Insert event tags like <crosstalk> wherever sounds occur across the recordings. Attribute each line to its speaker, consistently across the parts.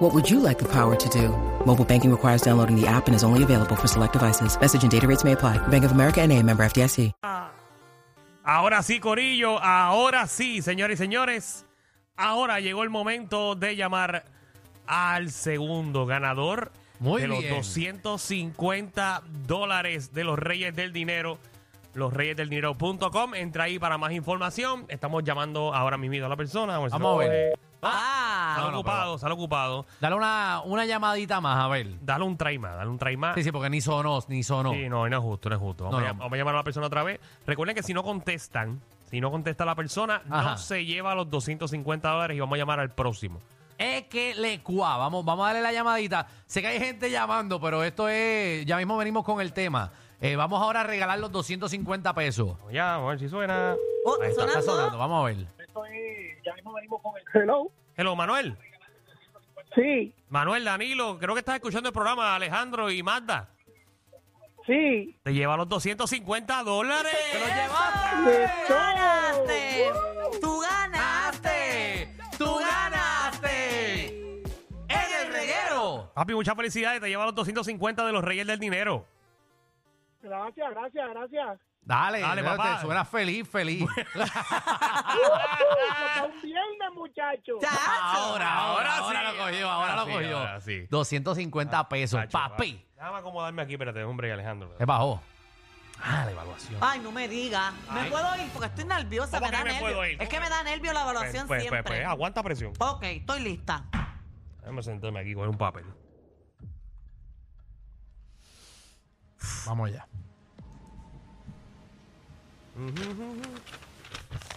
Speaker 1: What would you like the power to do? Mobile banking requires downloading the app and is only available for select devices. Message and data rates may apply. Bank of America and a member FDIC.
Speaker 2: Ahora sí, Corillo, ahora sí, señores y señores. Ahora llegó el momento de llamar al segundo ganador
Speaker 3: Muy
Speaker 2: de
Speaker 3: bien.
Speaker 2: los 250 dólares de los Reyes del Dinero. Los Reyes del Dinero.com. Entra ahí para más información. Estamos llamando ahora mismo a la persona. ver si
Speaker 3: Vamos
Speaker 2: lo-
Speaker 3: a ver.
Speaker 2: Ah,
Speaker 3: No,
Speaker 2: sale
Speaker 3: no,
Speaker 2: ocupado, sale ocupado.
Speaker 3: Dale una, una llamadita más, a ver.
Speaker 2: Dale un try más, dale un try más.
Speaker 3: Sí, sí, porque ni sonó, ni sonó.
Speaker 2: Sí, no, no es justo, no es justo. Vamos,
Speaker 3: No,
Speaker 2: a,
Speaker 3: no.
Speaker 2: vamos a llamar a la persona otra vez. Recuerden que si no contestan, si no contesta la persona, no
Speaker 3: Ajá.
Speaker 2: se lleva los 250 dólares y vamos a llamar al próximo.
Speaker 3: Es que le cua. Vamos, vamos a darle la llamadita. Sé que hay gente llamando, pero esto es. Ya mismo venimos con el tema. Eh, vamos ahora a regalar los 250 pesos.
Speaker 2: Vamos Ya, vamos a ver si suena.
Speaker 4: Oh,
Speaker 2: Ahí está.
Speaker 3: Está
Speaker 4: sonando.
Speaker 3: sonando, vamos a ver.
Speaker 5: Hello.
Speaker 2: Hello, Manuel.
Speaker 5: Sí,
Speaker 2: Manuel, Danilo, creo que estás escuchando el programa, Alejandro y Magda.
Speaker 5: sí.
Speaker 2: Te lleva los 250 dólares.
Speaker 4: ¡Tú ganaste! ¡Tú ganaste!
Speaker 3: ¡Tú ganaste! ¡En el reguero!
Speaker 2: Papi, muchas felicidades. Te lleva los 250 de los Reyes del Dinero.
Speaker 5: Gracias, gracias, gracias.
Speaker 3: Dale,
Speaker 2: Dale,
Speaker 3: dale,
Speaker 2: papá.
Speaker 3: Te suena
Speaker 2: <laughs>
Speaker 3: feliz, feliz.
Speaker 2: Ah.
Speaker 5: Hasta un viernes, muchachos.
Speaker 3: ahora,
Speaker 2: Ahora
Speaker 3: ahora, ahora
Speaker 2: sí.
Speaker 3: lo cogió, ahora,
Speaker 2: Ahora
Speaker 3: lo
Speaker 2: sí,
Speaker 3: cogió.
Speaker 2: ahora sí.
Speaker 3: 250 pesos,
Speaker 2: Chacho,
Speaker 3: papi.
Speaker 2: va. Déjame acomodarme aquí, espérate, hombre, Alejandro.
Speaker 3: Se bajó.
Speaker 2: Ah, la evaluación.
Speaker 4: Ay, no me digas. Me puedo ir porque estoy nerviosa.
Speaker 2: ¿Cómo
Speaker 4: Me
Speaker 2: que
Speaker 4: da
Speaker 2: me puedo
Speaker 4: nervio.
Speaker 2: ir?
Speaker 4: Es que me da nervio la
Speaker 2: Pues,
Speaker 4: evaluación
Speaker 2: pues, pues,
Speaker 4: siempre.
Speaker 2: pues, aguanta presión.
Speaker 4: Ok, estoy lista.
Speaker 2: Déjame sentarme aquí con un papel.
Speaker 3: Vamos allá.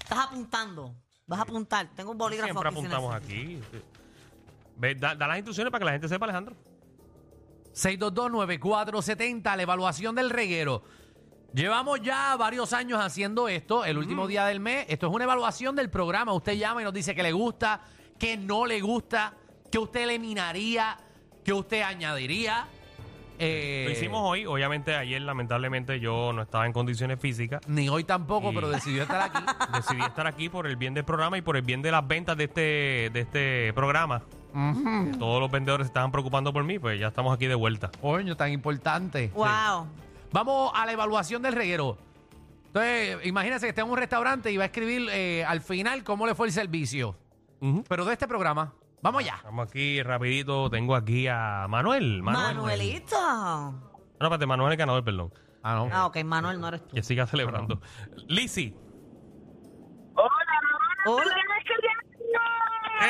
Speaker 4: Estás apuntando. Vas a apuntar. Tengo un bolígrafo
Speaker 2: Siempre
Speaker 4: aquí. si
Speaker 2: apuntamos
Speaker 4: necesitas.
Speaker 2: aquí. Ve, da, da las instrucciones para que la gente sepa, Alejandro.
Speaker 3: 6229470, la evaluación del reguero. Llevamos ya varios años haciendo esto, el
Speaker 2: Mm.
Speaker 3: último día del mes. Esto es una evaluación del programa. Usted llama y nos dice que le gusta, que no le gusta, que usted eliminaría, que usted añadiría. Eh,
Speaker 2: Lo hicimos hoy. Obviamente, ayer, lamentablemente, yo no estaba en condiciones físicas.
Speaker 3: Eh, Ni hoy tampoco,
Speaker 2: Y-
Speaker 3: pero decidió estar
Speaker 2: <laughs>
Speaker 3: aquí.
Speaker 2: Decidí estar aquí por el bien del programa y por el bien de las ventas de este, de este programa. Todos los vendedores estaban preocupando por mí, pues ya estamos aquí de vuelta.
Speaker 3: Coño, tan importante.
Speaker 4: Wow.
Speaker 3: Vamos a la evaluación del reguero. Entonces, imagínense que está en un restaurante y va a escribir eh, al final cómo le fue el servicio.
Speaker 2: Ujú.
Speaker 3: Pero de este programa. Vamos ya.
Speaker 2: Estamos aquí rapidito. Tengo aquí a Manuel. Manuel.
Speaker 4: Manuelito.
Speaker 2: No, espérate, Manuel el ganador, perdón.
Speaker 3: Ah, no.
Speaker 4: Ah, ok, Manuel, no eres tú.
Speaker 2: Que siga celebrando. Lizzy.
Speaker 4: Hola.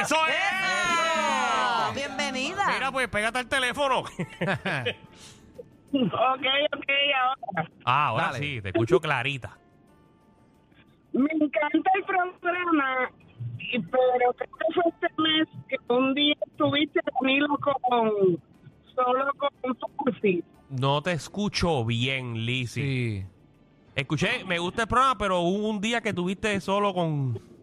Speaker 2: ¡Eso es!
Speaker 4: Eh, Bienvenida.
Speaker 2: Mira, pues pégate al teléfono.
Speaker 5: Ok, ok, ahora.
Speaker 2: Ah, ahora
Speaker 3: Dale.
Speaker 2: sí, te escucho clarita.
Speaker 5: Me encanta el programa, y- pero creo que fue este mes que un día estuviste Danilo con solo con Pussy.
Speaker 2: No te escucho bien, Lizzy.
Speaker 3: Sí.
Speaker 2: Escuché, me gusta el programa, pero hubo un día que tuviste solo con...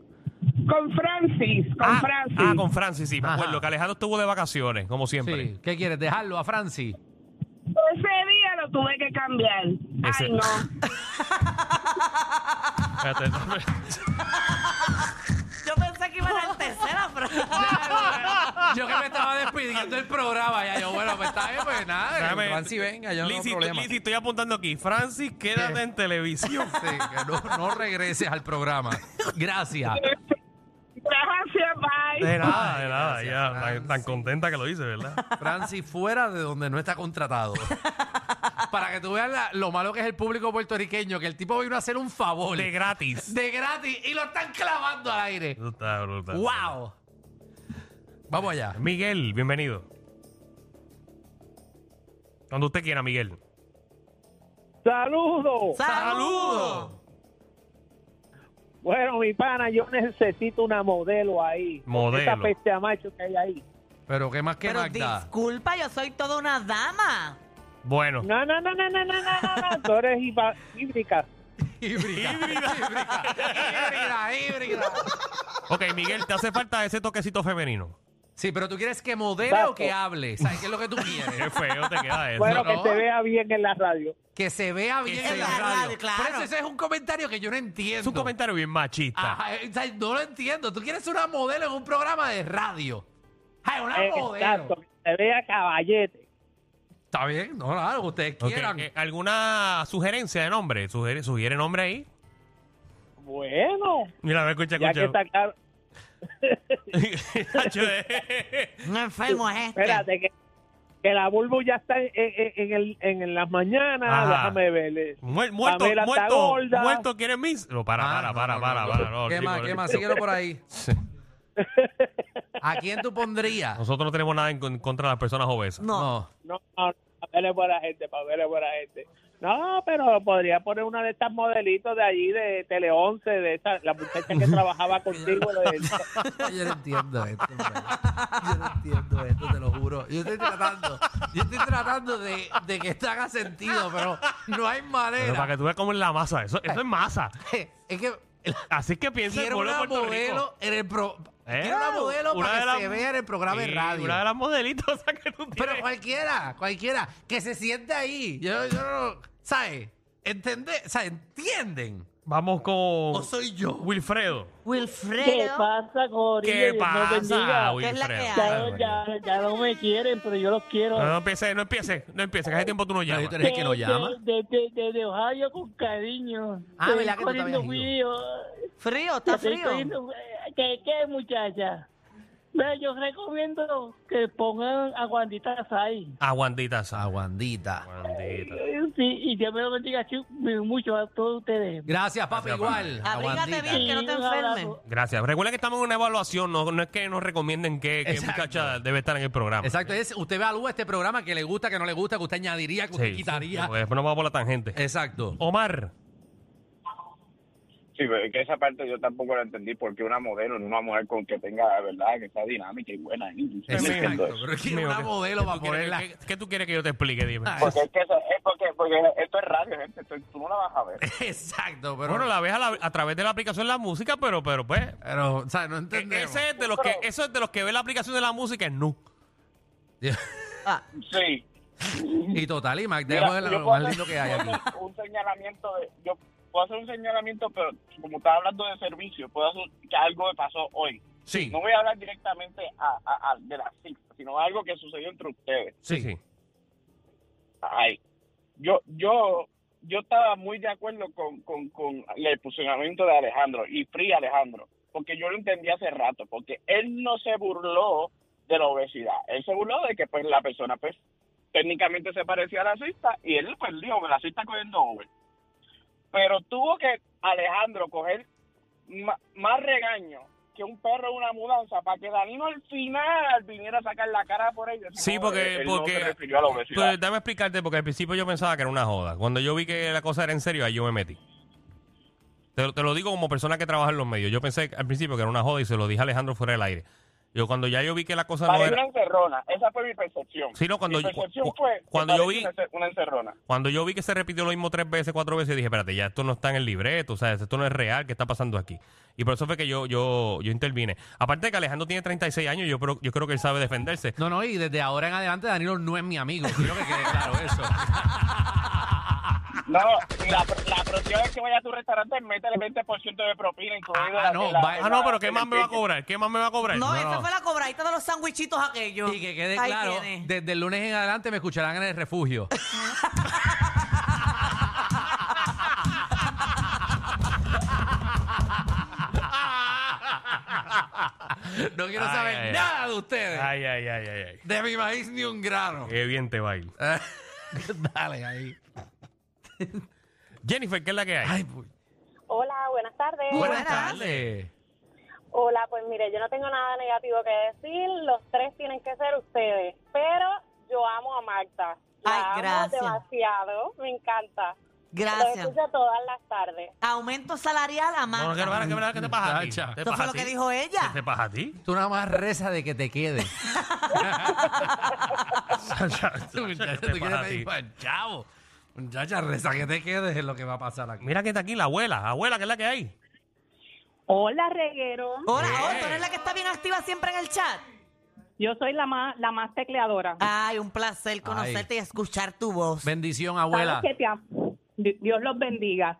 Speaker 5: Con Francis, con
Speaker 2: ah,
Speaker 5: Francis.
Speaker 2: ah, con Francis, sí, me
Speaker 3: Ajá.
Speaker 2: acuerdo que Alejandro estuvo de vacaciones, como siempre.
Speaker 3: Sí. ¿Qué quieres? ¿Dejarlo a Franci?
Speaker 5: Ese día lo tuve que cambiar.
Speaker 2: Ese- <laughs>
Speaker 5: Ay, no.
Speaker 2: Espérate, <laughs>
Speaker 4: Yo pensé que iba a la tercera
Speaker 2: <laughs>
Speaker 4: frase.
Speaker 3: Yo que me estaba despidiendo del programa. Ya yo, bueno, pues está bien, pues nada.
Speaker 2: déjame-
Speaker 3: Franci, venga, yo
Speaker 2: Lizzy,
Speaker 3: no problema.
Speaker 2: Lizzy, estoy apuntando aquí. Francis, quédate en televisión.
Speaker 3: Sí, que no, no regreses al programa. Gracias.
Speaker 5: Gracias,
Speaker 2: <laughs>
Speaker 5: bye.
Speaker 2: De nada,
Speaker 3: Ay,
Speaker 2: de nada.
Speaker 3: gracias,
Speaker 2: ya, tan, tan
Speaker 3: Francis.
Speaker 2: contenta que lo hice, ¿verdad?
Speaker 3: Franci, fuera de donde no está contratado. Para que tú veas la- lo malo que es el público puertorriqueño, que el tipo vino a hacer un
Speaker 2: <laughs>
Speaker 3: favor.
Speaker 2: De gratis.
Speaker 3: de gratis y lo están clavando al aire.
Speaker 2: Eso está brutal.
Speaker 3: ¡Wow! Vamos allá.
Speaker 2: Miguel, bienvenido. Cuando usted quiera, Miguel.
Speaker 5: Saludos.
Speaker 4: Saludos.
Speaker 5: Bueno, mi pana, yo necesito una modelo ahí.
Speaker 2: Modelo.
Speaker 5: Esa peste a macho que hay ahí.
Speaker 3: Pero qué más que
Speaker 4: Pero
Speaker 3: Magda.
Speaker 4: disculpa, yo soy toda una dama.
Speaker 2: Bueno. <laughs>
Speaker 5: No, no, no, no, no, no, no, no, no. Tú eres hiba- híbrica.
Speaker 3: Híbrida. Híbrida. Híbrida, híbrida.
Speaker 2: Ok, Miguel, te hace falta ese toquecito femenino.
Speaker 3: Sí, pero tú quieres que modele
Speaker 5: Exacto.
Speaker 3: o que hable. ¿Sabes qué es lo que tú quieres? <laughs>
Speaker 2: Qué feo te queda eso.
Speaker 3: no.
Speaker 5: Bueno, que se vea bien en la radio.
Speaker 3: que se vea bien
Speaker 2: se
Speaker 3: en la
Speaker 2: vea
Speaker 3: radio.
Speaker 4: radio, claro.
Speaker 3: Pero ese, ese es un comentario que yo no entiendo.
Speaker 2: es un comentario bien machista.
Speaker 3: Ajá, eh, o sea, no lo entiendo. Tú quieres ser una modelo en un programa de radio. Ay, una Ah,
Speaker 2: Eh,
Speaker 3: modelo.
Speaker 5: Eh, Exacto, que se vea caballete.
Speaker 3: Está bien, no, nada, lo que ustedes
Speaker 2: Ok,
Speaker 3: quieran.
Speaker 2: eh, ¿Alguna sugerencia de nombre? ¿Sugiere, sugiere nombre ahí?
Speaker 5: Bueno,
Speaker 2: Mira, me escucha,
Speaker 5: ya que
Speaker 2: escucha.
Speaker 5: está claro.
Speaker 2: <laughs> Tacho, eh.
Speaker 4: Un enfermo es este.
Speaker 5: Espérate, que, que la bulbo ya está en, en- en el, en las mañanas.
Speaker 2: Ajá.
Speaker 5: Déjame eh. verle.
Speaker 2: Muer- muerto,
Speaker 5: Pamela está
Speaker 2: muerto,
Speaker 5: gorda.
Speaker 2: muerto, ¿quieres mis? No, para,
Speaker 3: Ah,
Speaker 2: para, para,
Speaker 3: no, no,
Speaker 2: para,
Speaker 3: no.
Speaker 2: para. no, eh.
Speaker 3: ¿Qué
Speaker 2: chicos,
Speaker 3: más, qué más?
Speaker 2: no.
Speaker 3: Síguelo
Speaker 2: <laughs>
Speaker 3: por ahí. ¿A quién tú pondrías?
Speaker 2: Nosotros no tenemos nada en con- contra de las personas obesas.
Speaker 4: No.
Speaker 5: No, no, papeles buena gente, papeles buena gente. No, pero podría poner una de estas modelitos de allí, de Tele 11, de esa, la muchacha
Speaker 3: <laughs>
Speaker 5: que trabajaba contigo.
Speaker 3: <laughs>
Speaker 5: de-
Speaker 3: Yo no entiendo esto. en verdad. Yo no entiendo esto, te lo juro. Yo estoy tratando, yo estoy tratando de, de que esto haga sentido, pero no hay
Speaker 2: Pero para
Speaker 3: manera.
Speaker 2: que tú veas cómo es la masa, eso, eso es masa.
Speaker 3: <laughs> Es que
Speaker 2: Así que piensa en el
Speaker 3: quiero
Speaker 2: pueblo de
Speaker 3: una
Speaker 2: Puerto
Speaker 3: modelo
Speaker 2: Rico.
Speaker 3: en el pro,
Speaker 2: Eh,
Speaker 3: quiero una modelo
Speaker 2: una de
Speaker 3: para
Speaker 2: las-
Speaker 3: que se vea en el programa
Speaker 2: Sí,
Speaker 3: de radio.
Speaker 2: Una de las <laughs> modelitos que tú tienes.
Speaker 3: Pero cualquiera, cualquiera, que se siente ahí. Yo, yo no, ¿sabes? ¿Entendés? ¿Sabes? ¿Entienden?
Speaker 2: Vamos con
Speaker 3: ¿O soy yo?
Speaker 2: Wilfredo.
Speaker 5: ¿Qué
Speaker 4: Wilfredo.
Speaker 5: pasa, Corillo?
Speaker 2: ¿Qué
Speaker 5: Dios los
Speaker 2: pasa,
Speaker 5: bendiga.
Speaker 4: ¿Qué es la que
Speaker 2: Wilfredo?
Speaker 4: hay?
Speaker 5: Ya, ya, ya no me quieren, pero yo los quiero.
Speaker 2: No, no empieces, no empieces, no empieces, que hace tiempo tú no llamas.
Speaker 3: yo te- Ah, ¿Eres el que lo llama?
Speaker 5: Desde Ohio con cariño.
Speaker 3: Ah,
Speaker 5: Estoy
Speaker 3: ¿verdad que tú te habías
Speaker 5: cogiendo frío.
Speaker 4: Frío, está
Speaker 5: Estoy
Speaker 4: frío.
Speaker 5: cogiendo- eh, ¿Qué, qué, muchacha? Ve, yo recomiendo que pongan aguanditas ahí.
Speaker 2: Aguandita, Sabo.
Speaker 3: Aguandita.
Speaker 2: Aguandita.
Speaker 5: Sí, y Dios me lo bendiga chu- mucho a todos ustedes.
Speaker 3: Gracias, papi,
Speaker 2: Gracias,
Speaker 3: igual.
Speaker 4: Abrígate
Speaker 3: Aguandita.
Speaker 4: bien, que no te
Speaker 5: Sí, un abrazo.
Speaker 4: enfermes.
Speaker 2: Gracias. Recuerden que estamos en una evaluación, no, no es que nos recomienden que, que
Speaker 3: Exacto.
Speaker 2: muchacha debe estar en el programa.
Speaker 3: Exacto, es, usted evalúa este programa que le gusta, que no le gusta, que usted añadiría, que
Speaker 2: Sí,
Speaker 3: usted
Speaker 2: sí,
Speaker 3: quitaría.
Speaker 2: porque después nos vamos por la tangente.
Speaker 3: Exacto.
Speaker 2: Omar.
Speaker 6: Sí, pero es que esa parte yo tampoco la entendí porque una modelo, no una mujer con que tenga, de verdad, que sea dinámica y buena. ¿eh? Yo no entiendo
Speaker 3: Exacto.
Speaker 6: eso.
Speaker 3: Pero es que
Speaker 2: mío,
Speaker 3: una
Speaker 2: ¿qué-
Speaker 3: modelo
Speaker 2: qué
Speaker 3: para
Speaker 2: tú quieres
Speaker 3: ponerla.
Speaker 2: que- ¿qué, qué tú quieres que yo te explique? Dime.
Speaker 3: Ah,
Speaker 6: Porque es que eso, es porque, porque esto es radio, gente. Esto, tú no la vas a
Speaker 3: Eh,
Speaker 6: ver.
Speaker 3: <laughs> Exacto, pero.
Speaker 2: Bueno, la ves a, la- a través de la aplicación de la música, pero, pero pues. eh,
Speaker 3: Pero, o sea, no entendemos.
Speaker 2: Ese es de los que, eso es de los que ve la aplicación de la música en nu.
Speaker 4: Ah,
Speaker 6: Sí.
Speaker 3: y total, y Mac,
Speaker 6: Mira,
Speaker 3: dejemos
Speaker 6: yo
Speaker 3: lo
Speaker 6: puedo
Speaker 3: más lindo
Speaker 6: hacer
Speaker 3: que hay aquí.
Speaker 6: <laughs> un- Un señalamiento de... Yo puedo hacer un señalamiento, pero como estaba hablando de servicio, puedo hacer que algo me pasó hoy.
Speaker 3: Sí,
Speaker 6: No voy a hablar directamente a, a- a- de la cifra, sino algo que sucedió entre ustedes.
Speaker 2: Sí,
Speaker 3: Sí.
Speaker 2: sí.
Speaker 6: Ay, yo, yo, yo estaba muy de acuerdo con, con, con el posicionamiento de Alejandro y Free Alejandro, porque yo lo entendí hace rato, porque él no se burló de la obesidad, él se burló de que pues la persona pues técnicamente se parecía a la cista y él pues dijo que la cista cogiendo Uber. Pero tuvo que Alejandro coger ma- más regaño que un perro en una mudanza para que Danilo al final viniera a sacar la cara por ellos.
Speaker 2: Sí, porque-
Speaker 6: Él no se
Speaker 2: porque-
Speaker 6: refirió a la obesidad.
Speaker 2: Pues, dame explicarte, porque al principio yo pensaba que era una joda. Cuando yo vi que la cosa era en serio, ahí yo me metí. Te, te lo digo como persona que trabaja en los medios. Yo pensé al principio que era una joda y se lo dije a Alejandro fuera del aire. Yo cuando ya yo vi que la cosa no
Speaker 6: Parecía
Speaker 2: era...
Speaker 6: una encerrona. Esa fue mi percepción.
Speaker 2: Sí, no, cuando
Speaker 6: mi
Speaker 2: yo-
Speaker 6: percepción
Speaker 2: cu-
Speaker 6: fue que
Speaker 2: cuando yo
Speaker 6: parecía
Speaker 2: vi-
Speaker 6: una ence- una encerrona.
Speaker 2: Cuando yo vi que se repitió lo mismo tres veces, cuatro veces, dije, espérate, ya esto no está en el libreto, o sea, esto no es real, ¿qué está pasando aquí? Y por eso fue que yo, yo, yo intervine. Aparte de que Alejandro tiene 36 años, yo, creo- yo creo que él sabe defenderse.
Speaker 3: No, no, y desde ahora en adelante Danilo no es mi amigo. Quiero que quede claro <laughs> eso.
Speaker 6: No, la, la próxima vez que vaya a tu restaurante, métele 20% de propina incluido.
Speaker 3: Ah,
Speaker 6: la-
Speaker 3: no,
Speaker 6: la-
Speaker 3: va-
Speaker 2: Ah, no, pero ¿qué
Speaker 6: el
Speaker 2: más me va a
Speaker 6: ticket.
Speaker 2: cobrar? ¿Qué más me va a cobrar? <laughs>
Speaker 4: no,
Speaker 2: No,
Speaker 4: esa
Speaker 2: no.
Speaker 4: fue la cobradita de los sandwichitos aquellos.
Speaker 3: Y que quede
Speaker 4: Ahí
Speaker 3: claro,
Speaker 4: tiene.
Speaker 3: desde el lunes en adelante me escucharán en el <laughs> refugio. no quiero
Speaker 2: Ay,
Speaker 3: saber
Speaker 2: ay, ay.
Speaker 3: nada de ustedes.
Speaker 2: Ay, ay, ay, ay, ay.
Speaker 3: De mi maíz ni un grano.
Speaker 2: Qué bien te va a ir.
Speaker 3: <laughs> Dale ahí.
Speaker 2: Jennifer, ¿qué es la que hay?
Speaker 3: Ay, pues.
Speaker 7: Hola, buenas tardes.
Speaker 3: Buenas
Speaker 4: Buenas.
Speaker 3: tardes.
Speaker 7: Hola, pues mire, yo no tengo nada negativo que decir. Los tres tienen que ser ustedes. Pero yo amo a Marta. La
Speaker 4: Ay,
Speaker 7: amo
Speaker 4: Ah, gracias.
Speaker 7: demasiado. Me encanta. Los
Speaker 4: Gracias.
Speaker 7: escucho todas las tardes.
Speaker 4: Aumento salarial
Speaker 2: No,
Speaker 4: a
Speaker 2: no,
Speaker 4: Marta.
Speaker 2: que no, que no, que te pasa a ti.
Speaker 3: Tacha.
Speaker 2: Te
Speaker 4: Eso
Speaker 2: pasa
Speaker 4: fue
Speaker 2: a
Speaker 4: lo que
Speaker 2: ti.
Speaker 4: dijo ella.
Speaker 2: ¿Qué te pasa a ti?
Speaker 3: Tú nada más reza de que
Speaker 2: <laughs>
Speaker 3: te quede.
Speaker 2: Tacha,
Speaker 3: Tú
Speaker 2: ¿qué te
Speaker 3: quieres
Speaker 2: pasa a ti?
Speaker 3: pedir para el chavo. Muchacha, reza que te quedes en lo que va a pasar aquí.
Speaker 2: Mira que está aquí la abuela, abuela, que es la que hay.
Speaker 7: Hola, reguero.
Speaker 4: Hola, oh, tú eres la que está bien activa siempre en el chat.
Speaker 7: Yo soy la más, la más tecleadora.
Speaker 4: Ay, un placer conocerte y escuchar tu voz.
Speaker 3: Bendición, abuela.
Speaker 7: Sabes que te amo. Di- Dios los bendiga.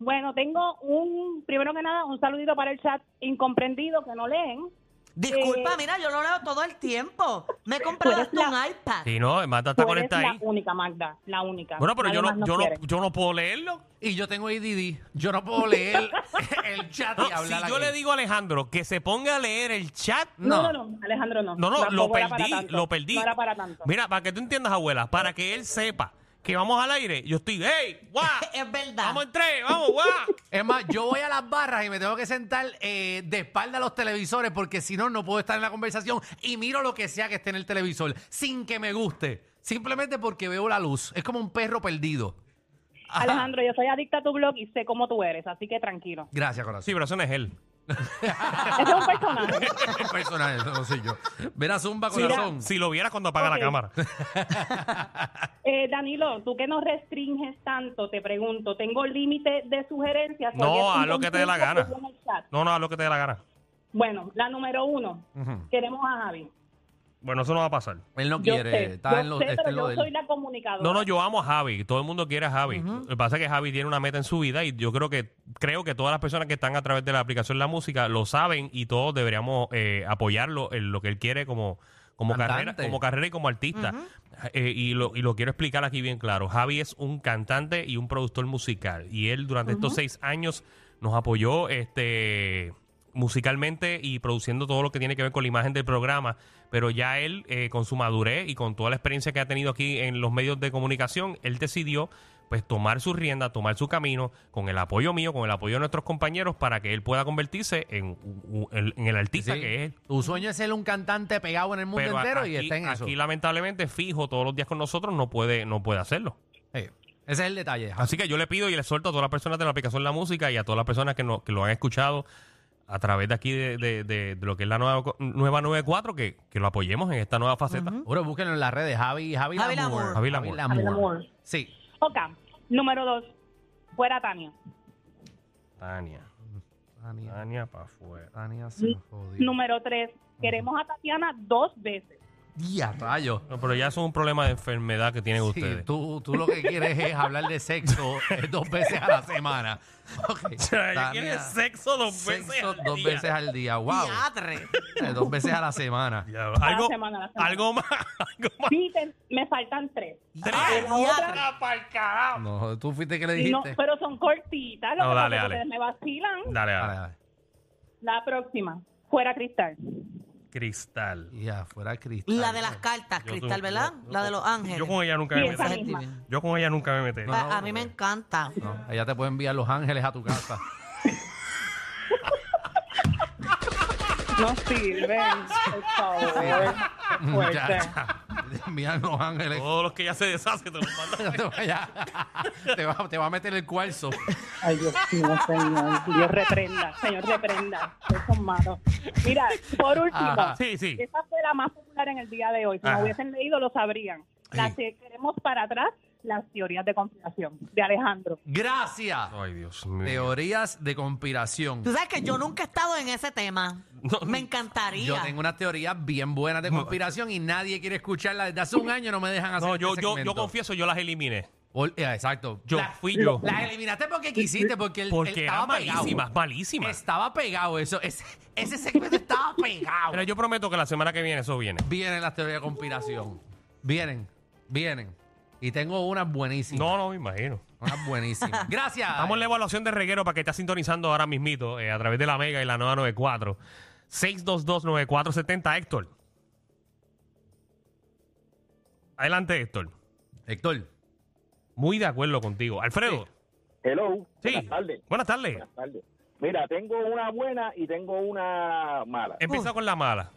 Speaker 7: Bueno, tengo un, primero que nada, un saludito para el chat incomprendido que no leen.
Speaker 4: Disculpa, mira, yo lo leo todo el tiempo. Me he comprado
Speaker 7: Tú eres
Speaker 4: hasta un
Speaker 7: la-
Speaker 4: iPad.
Speaker 2: Si no, Marta está
Speaker 7: Tú eres
Speaker 2: conectada
Speaker 7: la
Speaker 2: ahí.
Speaker 7: única, Magda, la única.
Speaker 2: Bueno, pero yo
Speaker 7: Nadie
Speaker 2: no,
Speaker 7: más nos
Speaker 2: yo, no,
Speaker 7: quiere.
Speaker 2: yo no puedo leerlo.
Speaker 3: Y yo tengo ADD. Yo no puedo leer <laughs> el chat y
Speaker 2: No, si
Speaker 3: hablar
Speaker 2: yo
Speaker 3: aquí.
Speaker 2: le digo a Alejandro que se ponga a leer el chat,
Speaker 7: No, no, no, Alejandro no.
Speaker 2: No, no, lo
Speaker 7: Tampoco era para
Speaker 2: perdí,
Speaker 7: tanto.
Speaker 2: lo perdí.
Speaker 7: No era para tanto.
Speaker 2: Mira, para que tú entiendas, abuela, para que él sepa que vamos al aire, yo estoy, ¡hey! ¡Guau!
Speaker 4: Es verdad.
Speaker 2: ¡Vamos en tres! ¡Vamos, guau!
Speaker 3: Es más, yo voy a las barras y me tengo que sentar eh, de espalda a los televisores porque si no, no puedo estar en la conversación y miro lo que sea que esté en el televisor sin que me guste. Simplemente porque veo la luz. Es como un perro perdido. Ajá.
Speaker 7: Alejandro, yo soy adicta a tu blog y sé cómo tú eres, así que tranquilo.
Speaker 3: Gracias, corazón.
Speaker 2: Sí, pero eso no es él.
Speaker 7: Ese es un
Speaker 2: <laughs>
Speaker 3: <laughs>
Speaker 7: personaje.
Speaker 3: Un personaje, eso no soy yo. Verá Zumba,
Speaker 2: Si
Speaker 3: corazón.
Speaker 2: lo, si lo viera cuando apaga
Speaker 7: Ok.
Speaker 2: la cámara.
Speaker 7: Eh, Danilo, tú que no restringes tanto, te pregunto, ¿tengo límite de sugerencias?
Speaker 2: No,
Speaker 7: Porque es un
Speaker 2: haz lo que te dé la
Speaker 7: conflicto
Speaker 2: gana.
Speaker 7: que hubo en el chat.
Speaker 2: No, no, haz lo que te dé la gana.
Speaker 7: Bueno, la número uno, queremos a Javi.
Speaker 2: Bueno, eso no va a pasar.
Speaker 3: Él no
Speaker 7: Yo
Speaker 3: quiere.
Speaker 7: sé,
Speaker 3: está
Speaker 7: yo
Speaker 3: en lo,
Speaker 7: sé,
Speaker 3: está
Speaker 7: pero
Speaker 3: en lo
Speaker 7: yo
Speaker 3: de él.
Speaker 7: soy la comunicadora.
Speaker 2: No, no, yo amo a Javi. Todo el mundo quiere a Javi. Lo que pasa es que Javi tiene una meta en su vida y yo creo que creo que todas las personas que están a través de la aplicación La Música lo saben y todos deberíamos eh, apoyarlo en lo que él quiere como, como,
Speaker 3: Cantante.
Speaker 2: carrera, como carrera y como artista. Eh, y, lo, y lo quiero explicar aquí bien claro. Javi es un cantante y un productor musical y él durante estos seis años nos apoyó este musicalmente y produciendo todo lo que tiene que ver con la imagen del programa, pero ya él eh, con su madurez y con toda la experiencia que ha tenido aquí en los medios de comunicación, él decidió pues tomar su rienda, tomar su camino con el apoyo mío, con el apoyo de nuestros compañeros para que él pueda convertirse en, u- u- en- en el artista
Speaker 3: Sí.
Speaker 2: que es.
Speaker 3: Tu sueño es ser un cantante pegado en el mundo
Speaker 2: Pero
Speaker 3: entero
Speaker 2: aquí,
Speaker 3: y está en eso.
Speaker 2: aquí, lamentablemente fijo todos los días con nosotros no puede no puede hacerlo.
Speaker 3: Eh, ese es el detalle.
Speaker 2: Así que yo le pido y le suelto a todas las personas de la aplicación La Música y a todas las personas que, no- que lo han escuchado a través de aquí de, de- de- de lo que es la nueva, co- nueva 94 que, que lo apoyemos en esta nueva faceta.
Speaker 3: Ahora búsquenlo en las redes. Javi, Javi,
Speaker 4: Javi
Speaker 3: Lamour.
Speaker 4: Lamour.
Speaker 2: Javi Lamour.
Speaker 7: Javi Lamour.
Speaker 3: Sí.
Speaker 7: Ok, número dos, fuera Tania.
Speaker 2: Tania,
Speaker 3: Tania,
Speaker 2: Tania para afuera.
Speaker 3: Tania se jodió.
Speaker 7: Número tres, queremos a Tatiana dos veces.
Speaker 3: Y a rayos.
Speaker 2: No, pero ya eso es un problema de enfermedad que tienen
Speaker 3: Sí,
Speaker 2: <laughs> ustedes.
Speaker 3: tú, tú lo que quieres es hablar de sexo eh, dos veces a la semana. Ok. Tania,
Speaker 2: ¿Quieres sexo dos veces?
Speaker 3: sexo
Speaker 2: al
Speaker 3: dos
Speaker 2: día?
Speaker 3: veces al día. Wow.
Speaker 4: Diatre.
Speaker 3: Eh, dos veces a la semana.
Speaker 2: Ya,
Speaker 7: A la
Speaker 2: algo,
Speaker 7: semana, a la semana.
Speaker 2: algo más. <laughs> Algo más.
Speaker 7: Sí, te- me faltan tres.
Speaker 2: Tres.
Speaker 4: la otra-
Speaker 2: Ya, pa'l carajo.
Speaker 3: No, tú fuiste que le
Speaker 7: Y no,
Speaker 3: dijiste.
Speaker 7: pero son cortitas, lo
Speaker 2: No, dale,
Speaker 7: que pasa es que
Speaker 2: dale.
Speaker 7: ustedes me vacilan.
Speaker 2: Dale,
Speaker 3: Vale,
Speaker 2: dale.
Speaker 3: vale.
Speaker 7: La próxima, fuera Cristal.
Speaker 2: Cristal.
Speaker 3: Y afuera cristal.
Speaker 4: La de las cartas,
Speaker 2: Yo
Speaker 4: Cristal,
Speaker 2: tú-
Speaker 4: ¿verdad?
Speaker 2: yo- yo
Speaker 4: la de
Speaker 2: con-
Speaker 4: los ángeles.
Speaker 2: Yo con ella nunca
Speaker 7: Sí,
Speaker 2: me
Speaker 7: esa
Speaker 4: Esa
Speaker 2: meteré.
Speaker 4: es
Speaker 7: misma.
Speaker 4: divina.
Speaker 2: Yo con ella nunca me meteré.
Speaker 3: No,
Speaker 4: a, a mí me
Speaker 3: porque-
Speaker 4: encanta.
Speaker 3: No, allá te pueden enviar los ángeles a tu casa.
Speaker 7: No sirven, por favor. Qué <laughs> fuerte.
Speaker 3: Ya, ya. Te envían los ángeles.
Speaker 2: Todos los que ya se deshacen te los
Speaker 4: <laughs>
Speaker 2: mandan.
Speaker 3: No <laughs> te vayas. Te va, te va a meter el cuarzo.
Speaker 7: Ay, Dios mío, Señor. Dios reprenda, Señor, reprenda. Ustedes son malos. Mira, por último,
Speaker 3: Ajá.
Speaker 2: Sí, sí.
Speaker 7: esa fue la más popular en el día de hoy. Si
Speaker 2: Ajá.
Speaker 7: lo hubiesen leído, lo sabrían. La que queremos para atrás, las teorías de conspiración de Alejandro.
Speaker 3: Gracias.
Speaker 2: Ay, Dios mío.
Speaker 3: Teorías de conspiración.
Speaker 4: Tú sabes que
Speaker 2: Mm.
Speaker 4: yo nunca he estado en ese tema.
Speaker 2: No.
Speaker 4: me encantaría.
Speaker 3: Yo tengo unas teorías bien buenas de conspiración y nadie quiere escucharlas. Desde hace un año no me dejan hacer
Speaker 2: No, yo,
Speaker 3: este
Speaker 2: yo, yo
Speaker 3: segmento.
Speaker 2: confieso, yo las eliminé.
Speaker 3: Ol- eh, exacto.
Speaker 2: Yo
Speaker 3: La-
Speaker 2: fui yo.
Speaker 3: Las eliminaste porque quisiste, porque él, él
Speaker 2: porque eran
Speaker 3: estaba pegado.
Speaker 2: malísimas, malísimas.
Speaker 3: Estaba pegado eso. Ese, ese segmento estaba pegado.
Speaker 2: Pero yo prometo que la semana que viene eso viene.
Speaker 3: Vienen las teorías de conspiración. Vienen, vienen. Y tengo unas buenísimas.
Speaker 2: No, no, me imagino. <laughs>
Speaker 3: Unas buenísimas. Gracias.
Speaker 2: Estamos en la evaluación de reguero para que estás sintonizando ahora mismito eh, a través de la Mega y la 994. 6229470, Héctor. Adelante, Héctor.
Speaker 3: Héctor.
Speaker 2: Muy de acuerdo contigo. Alfredo.
Speaker 8: Hello.
Speaker 2: Sí.
Speaker 8: Buenas tardes.
Speaker 2: Buenas tardes.
Speaker 8: Buenas tardes. Mira, tengo una buena y tengo una mala.
Speaker 2: Empieza con la mala.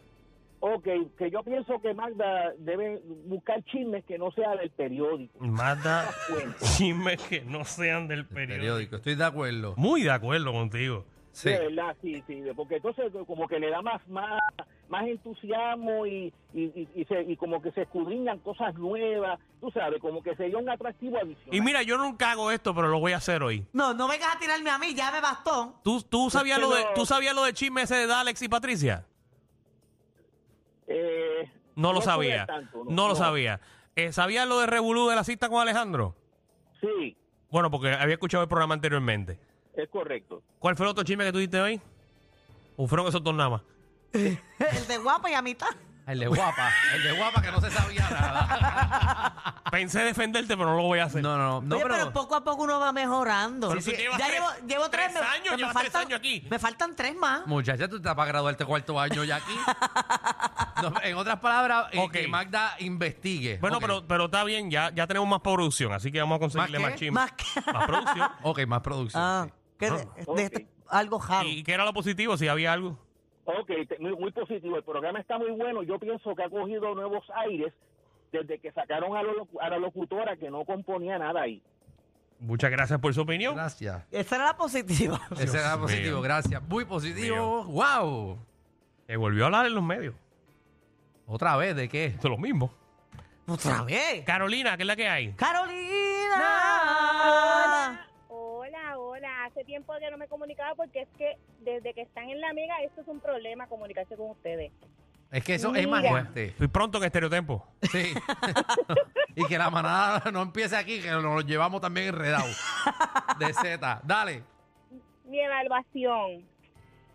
Speaker 8: Ok, que yo pienso que Magda debe buscar chismes que no sea del periódico.
Speaker 2: Manda <laughs> chismes que no sean del
Speaker 3: El periódico.
Speaker 2: periódico.
Speaker 3: Estoy de acuerdo.
Speaker 2: Muy de acuerdo contigo.
Speaker 3: Sí.
Speaker 8: De verdad, sí, sí. Porque entonces como que le da más, más más entusiasmo y, y, y- y se- y como que se escudriñan cosas nuevas, tú sabes, como que sería un atractivo adicional.
Speaker 2: Y mira, yo nunca hago esto, pero lo voy a hacer hoy.
Speaker 4: No, no vengas a tirarme a mí, ya me bastó. <laughs>
Speaker 2: ¿Tú, tú, sabías, lo de,
Speaker 8: no.
Speaker 2: ¿tú sabías lo de chisme ese de Alex y Patricia?
Speaker 8: Eh,
Speaker 2: No lo
Speaker 8: estuve
Speaker 2: sabía.
Speaker 8: al tanto,
Speaker 2: no, lo sabía. Eh, ¿Sabías lo de Revolú de la cita con Alejandro?
Speaker 8: Sí,
Speaker 2: Bueno, porque había escuchado el programa anteriormente.
Speaker 8: es correcto.
Speaker 2: ¿Cuál fue el otro chisme que tú diste hoy? ¿O fueron esos dos nada más?
Speaker 4: El de guapa y a mitad.
Speaker 3: El de guapa, el de guapa que no se sabía nada.
Speaker 2: Pensé defenderte, <laughs> pero no lo voy a hacer.
Speaker 3: No, no, no. no
Speaker 4: Oye, pero, poco a poco uno va mejorando.
Speaker 2: Pero tú llevas
Speaker 4: ya
Speaker 2: tres-
Speaker 4: llevo, llevo tres,
Speaker 2: tres años,
Speaker 4: pero
Speaker 2: llevas tres años aquí.
Speaker 4: Me faltan tres más.
Speaker 3: Muchacha, tú estás para graduarte cuarto año ya aquí. No, en otras palabras, eh,
Speaker 2: Ok.
Speaker 3: que Magda investigue.
Speaker 2: Bueno,
Speaker 3: Ok.
Speaker 2: pero, pero está bien, ya, ya tenemos más producción, así que vamos a conseguirle
Speaker 3: ¿Más
Speaker 2: más,
Speaker 3: qué?
Speaker 2: chisme.
Speaker 4: Más que. <laughs>
Speaker 2: Más producción.
Speaker 3: Ok, más producción.
Speaker 4: Ah,
Speaker 3: sí.
Speaker 4: que de- de esto- algo jalo.
Speaker 2: ¿Y qué era lo positivo? Si había algo.
Speaker 8: Ok, te- muy, muy positivo. El programa está muy bueno. Yo pienso que ha cogido nuevos aires desde que sacaron a, la locu- a la locutora que no componía nada ahí.
Speaker 2: Muchas gracias por su opinión.
Speaker 3: Gracias.
Speaker 4: Esa era la positiva. <laughs>
Speaker 3: Ese era
Speaker 2: mío.
Speaker 3: positivo, gracias. Muy positivo. ¡Wow!
Speaker 2: Se volvió a hablar en los medios.
Speaker 3: ¿Otra vez de qué?
Speaker 2: Esto es lo mismo.
Speaker 4: Otra vez.
Speaker 2: Carolina, ¿qué es la que hay?
Speaker 4: Carolina.
Speaker 7: Hola, hola. Hace tiempo que no me comunicaba porque es que desde que están en la amiga esto es un problema comunicarse con ustedes.
Speaker 3: Es que eso es más
Speaker 7: Mira.
Speaker 3: fuerte.
Speaker 2: Estoy pronto en Estereotempo.
Speaker 3: Sí. <laughs> y que la manada no empiece aquí, que nos lo llevamos también enredado. De Z. Dale.
Speaker 7: Mi evaluación.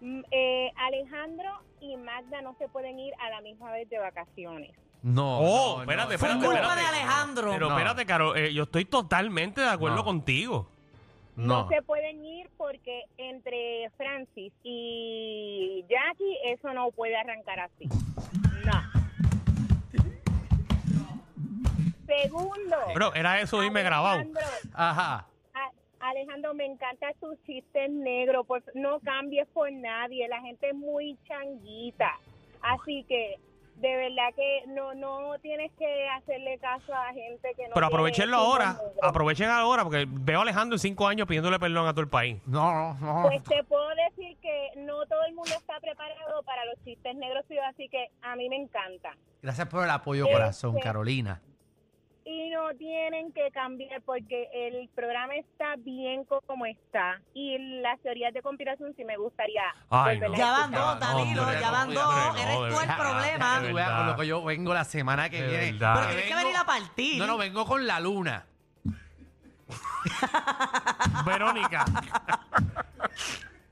Speaker 7: Mm, eh, Alejandro y Magda no se pueden ir a la misma vez de vacaciones.
Speaker 3: No.
Speaker 2: Oh,
Speaker 3: no,
Speaker 2: espérate,
Speaker 3: no,
Speaker 4: Fue
Speaker 2: espérate,
Speaker 3: no,
Speaker 4: culpa
Speaker 2: espérate.
Speaker 4: de Alejandro.
Speaker 2: Pero
Speaker 3: No.
Speaker 2: espérate, Caro, eh, yo estoy totalmente de acuerdo
Speaker 3: No.
Speaker 2: contigo.
Speaker 7: No.
Speaker 3: No.
Speaker 7: se pueden ir porque entre Francis y Jackie eso no puede arrancar así. No. Segundo.
Speaker 2: Bro, era eso irme grabado.
Speaker 7: Alejandro,
Speaker 3: Ajá.
Speaker 7: a- Alejandro, me encanta tu chiste negro. Por, no cambies por nadie. La gente es muy changuita. Así que de verdad que no no tienes que hacerle caso a gente que
Speaker 2: Pero
Speaker 7: no. tiene
Speaker 2: aprovechenlo
Speaker 7: humor
Speaker 2: ahora.
Speaker 7: negro.
Speaker 2: Aprovechen ahora, porque veo a Alejandro en cinco años pidiéndole perdón a todo el país.
Speaker 3: No, no, no.
Speaker 7: Pues te puedo decir que no todo el mundo está preparado para los chistes negros, tío, así que a mí me encanta.
Speaker 3: Gracias por el apoyo, corazón,
Speaker 7: Este-
Speaker 3: Carolina.
Speaker 7: Y no tienen que cambiar porque el programa está bien co- como está. Y las teorías de conspiración sí me gustaría.
Speaker 2: Ay,
Speaker 7: volverlas
Speaker 2: no.
Speaker 7: a
Speaker 4: Ya van
Speaker 2: Ah,
Speaker 7: escuchar.
Speaker 4: dos,
Speaker 2: no,
Speaker 4: Danilo,
Speaker 2: hombre,
Speaker 4: ya
Speaker 2: no,
Speaker 4: van
Speaker 2: hombre,
Speaker 4: dos.
Speaker 2: no, de
Speaker 4: Eres tú el
Speaker 2: verdad.
Speaker 4: problema.
Speaker 3: Ya, ya, tú veas
Speaker 2: verdad.
Speaker 3: con lo que yo vengo la semana que
Speaker 2: De
Speaker 3: viene.
Speaker 2: verdad.
Speaker 4: Pero tienes que venir a partir.
Speaker 3: No, no, vengo con la luna.
Speaker 2: Verónica.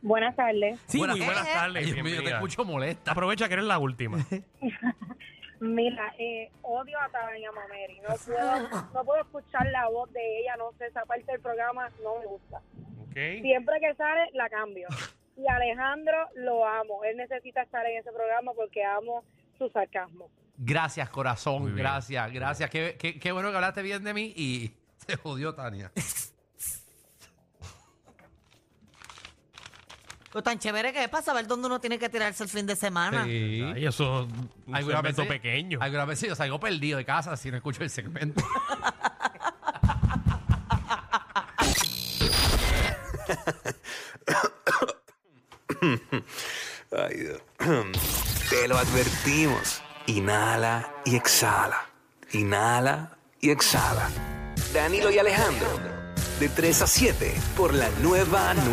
Speaker 7: Buenas tardes.
Speaker 2: Sí,
Speaker 3: Buenas-
Speaker 2: muy buenas
Speaker 4: Eh, eh.
Speaker 2: tardes.
Speaker 3: Ay, Dios mío, te
Speaker 2: bienvenida.
Speaker 3: escucho molesta.
Speaker 2: Aprovecha que eres la última.
Speaker 7: Mira, eh, odio a Tania Mameri. No puedo, no puedo escuchar la voz de ella, no sé, esa parte del programa no me gusta.
Speaker 2: Ok.
Speaker 7: Siempre que sale, la cambio. Y Alejandro lo amo. Él necesita estar en ese programa porque amo su sarcasmo.
Speaker 3: Gracias,
Speaker 2: Muy
Speaker 3: corazón.
Speaker 2: bien.
Speaker 3: Gracias, gracias. Qué, qué- qué bueno que hablaste bien de mí y <laughs> se jodió Tania.
Speaker 4: Lo tan chévere que es para saber dónde uno tiene que tirarse el fin de semana.
Speaker 3: Sí.
Speaker 2: Ay, eso es un
Speaker 3: Algunas
Speaker 2: segmento
Speaker 3: veces-
Speaker 2: pequeño.
Speaker 3: Algunas veces yo salgo perdido de casa si no escucho el segmento.
Speaker 9: Ay, Dios. <clears throat> Te lo advertimos. Inhala y exhala. Inhala y exhala. Danilo y Alejandro. De 3 a 7 por la nueva nueva.